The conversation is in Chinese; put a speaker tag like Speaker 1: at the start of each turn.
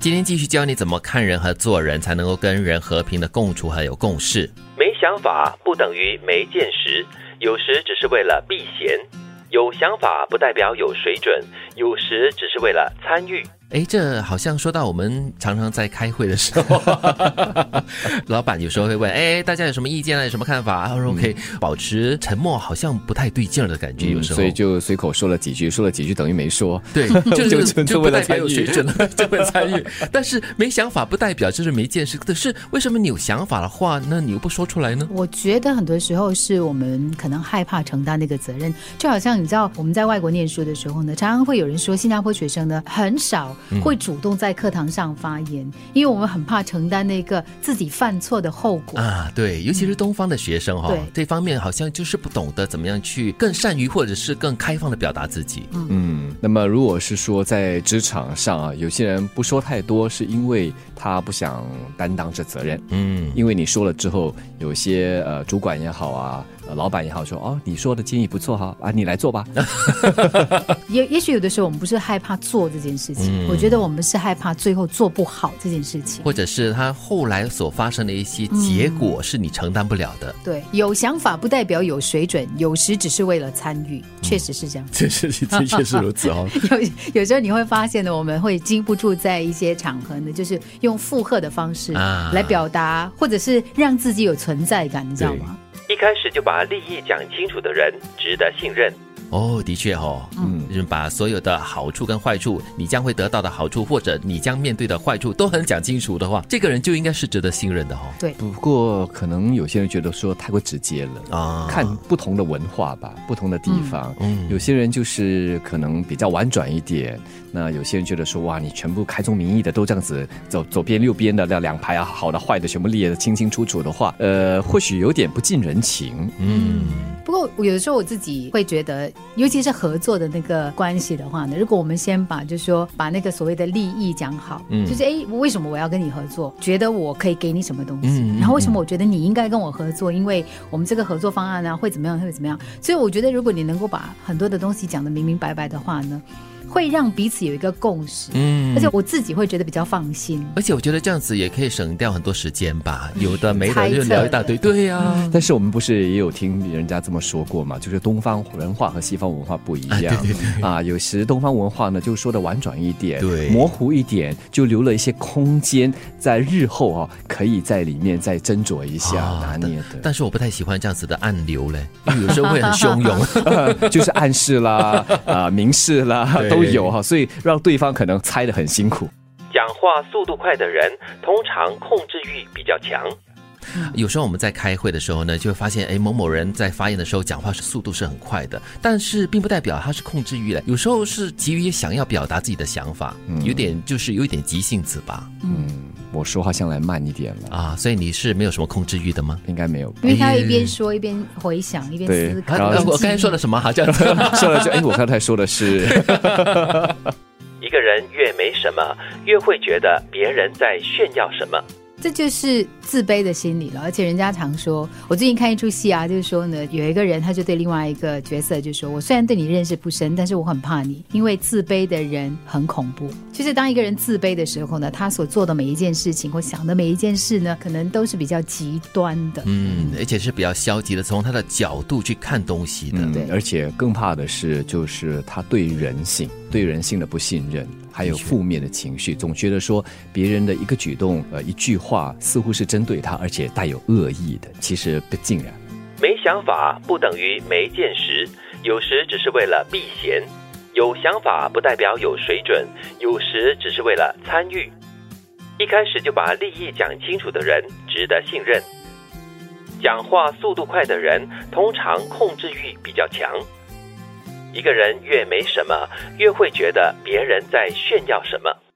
Speaker 1: 今天继续教你怎么看人和做人，才能够跟人和平的共处还有共事。
Speaker 2: 没想法不等于没见识，有时只是为了避嫌；有想法不代表有水准，有时只是为了参与。
Speaker 1: 诶，这好像说到我们常常在开会的时候， 老板有时候会问：“诶，大家有什么意见啊？有什么看法？”然后可以保持沉默，好像不太对劲儿的感觉。有时候，
Speaker 3: 嗯所以就随口说了几句，说了几句等于没说。
Speaker 1: 对，就是
Speaker 3: 就
Speaker 1: 就
Speaker 3: 就
Speaker 1: 就不
Speaker 3: 为了
Speaker 1: 代表有
Speaker 3: 参
Speaker 1: 水
Speaker 3: 与
Speaker 1: 准了， 就会参与。但是没想法不代表就是没见识。可是为什么你有想法的话，那你又不说出来呢？
Speaker 4: 我觉得很多时候是我们可能害怕承担那个责任，就好像你知道我们在外国念书的时候呢，常常会有人说新加坡学生呢很少
Speaker 1: 嗯
Speaker 4: 会主动在课堂上发言，因为我们很怕承担那个自己犯错的后果。
Speaker 1: 啊，对，尤其是东方的学生哈、
Speaker 4: 对
Speaker 1: 这方面好像就是不懂得怎么样去更善于或者是更开放的表达自己。
Speaker 3: 嗯，那么如果是说在职场上啊，有些人不说太多，是因为他不想担当这责任。
Speaker 1: 嗯，
Speaker 3: 因为你说了之后，有些呃主管也好啊，呃老板也好说哦，你说的建议不错哈，啊你来 做吧。
Speaker 4: 也也许有的时候我们不是害怕做这件事情，
Speaker 1: 嗯
Speaker 4: 我觉得我们是害怕最后做不好这件事情。
Speaker 1: 或者是他后来所发生的一些结果是你承担不了的。
Speaker 4: 对，有想法不代表有水准，有时只是为了参与，确实是这样。
Speaker 1: 确实，的确是如此哦。
Speaker 4: 有有时候你会发现呢，我们会禁不住在一些场合呢，就是用附和的方式
Speaker 1: 啊
Speaker 4: 来表达，或者是让自己有存在感，你知道吗？
Speaker 2: 一开始就把利益讲清楚的人值得信任。
Speaker 1: 哦，的确哦，嗯，就是把所有的好处跟坏处，你将会得到的好处或者你将面对的坏处都很讲清楚的话，这个人就应该是值得信任的哦。
Speaker 4: 对，
Speaker 3: 不过可能有些人觉得说太过直接了。
Speaker 1: 啊，
Speaker 3: 看不同的文化吧，不同的地方，
Speaker 1: 嗯
Speaker 3: 有些人就是可能比较婉转一点，那有些人觉得说哇，你全部开宗明义的都这样子，走左边右边的那两排啊，好的坏的全部列得清清楚楚的话，呃，或许有点不近人情。
Speaker 1: 嗯，
Speaker 4: 不过我有的时候我自己会觉得，尤其是合作的那个关系的话呢，如果我们先把就是说把那个所谓的利益讲好，
Speaker 1: 嗯
Speaker 4: 就是诶，为什么我要跟你合作？觉得我可以给你什么东西？
Speaker 1: 嗯嗯
Speaker 4: 然后为什么我觉得你应该跟我合作？因为我们这个合作方案呢、啊会怎么样会怎么样？所以我觉得如果你能够把很多的东西讲得明明白白的话呢，会让彼此有一个共识，
Speaker 1: 嗯哎
Speaker 4: 而且我自己会觉得比较放心。
Speaker 1: 而且我觉得这样子也可以省掉很多时间吧，有的没
Speaker 4: 猜
Speaker 1: 的
Speaker 4: 测
Speaker 1: 就聊一大堆。对呀、
Speaker 3: 但是我们不是也有听人家这么说过嘛？就是东方文化和西方文化不一样啊
Speaker 1: 对
Speaker 3: 有时东方文化呢就说的婉转一点，
Speaker 1: 对
Speaker 3: 模糊一点，就留了一些空间，在日后啊、可以在里面再斟酌一下、
Speaker 1: 啊
Speaker 3: 拿捏的。
Speaker 1: 但是我不太喜欢这样子的暗流嘞，因为有时候会很汹涌。
Speaker 3: 就是暗示啦，啊、明示啦
Speaker 1: 对
Speaker 3: 都有哈，所以让对方可能猜的很辛苦。
Speaker 2: 讲话速度快的人，通常控制欲比较强。
Speaker 1: 有时候我们在开会的时候呢，就会发现，哎，某某人在发言的时候讲话是速度是很快的，但是并不代表他是控制欲嘞，有时候是急于想要表达自己的想法，
Speaker 3: 嗯
Speaker 1: 有点就是有一点急性子吧。
Speaker 3: 我说话向来慢一点了，
Speaker 1: 啊，所以你是没有什么控制欲的吗？
Speaker 3: 应该没有 吧
Speaker 4: 因为他一边说一边回想，一边
Speaker 3: 对
Speaker 4: 思考
Speaker 1: 啊，
Speaker 3: 然后
Speaker 1: 我刚才说了什么？好像
Speaker 3: 说了就哎，我刚才说的是。
Speaker 2: 一个人越没什么，越会觉得别人在炫耀什么。
Speaker 4: 这就是自卑的心理了，而且人家常说，我最近看一出戏啊，就是说呢，有一个人他就对另外一个角色就说，我虽然对你认识不深，但是我很怕你，因为自卑的人很恐怖。就是当一个人自卑的时候呢，他所做的每一件事情或想的每一件事呢，可能都是比较极端的。
Speaker 1: 嗯，而且是比较消极的，从他的角度去看东西的。
Speaker 3: 嗯
Speaker 4: 对，
Speaker 3: 而且更怕的是，就是他对人性、对人性的不信任，还有负面的情绪，总觉得说别人的一个举动、呃一句话，似乎是针对他，而且带有恶意的，其实不尽然。
Speaker 2: 没想法不等于没见识，有时只是为了避嫌。有想法不代表有水准，有时只是为了参与。一开始就把利益讲清楚的人值得信任。讲话速度快的人通常控制欲比较强。一个人越没什么，越会觉得别人在炫耀什么。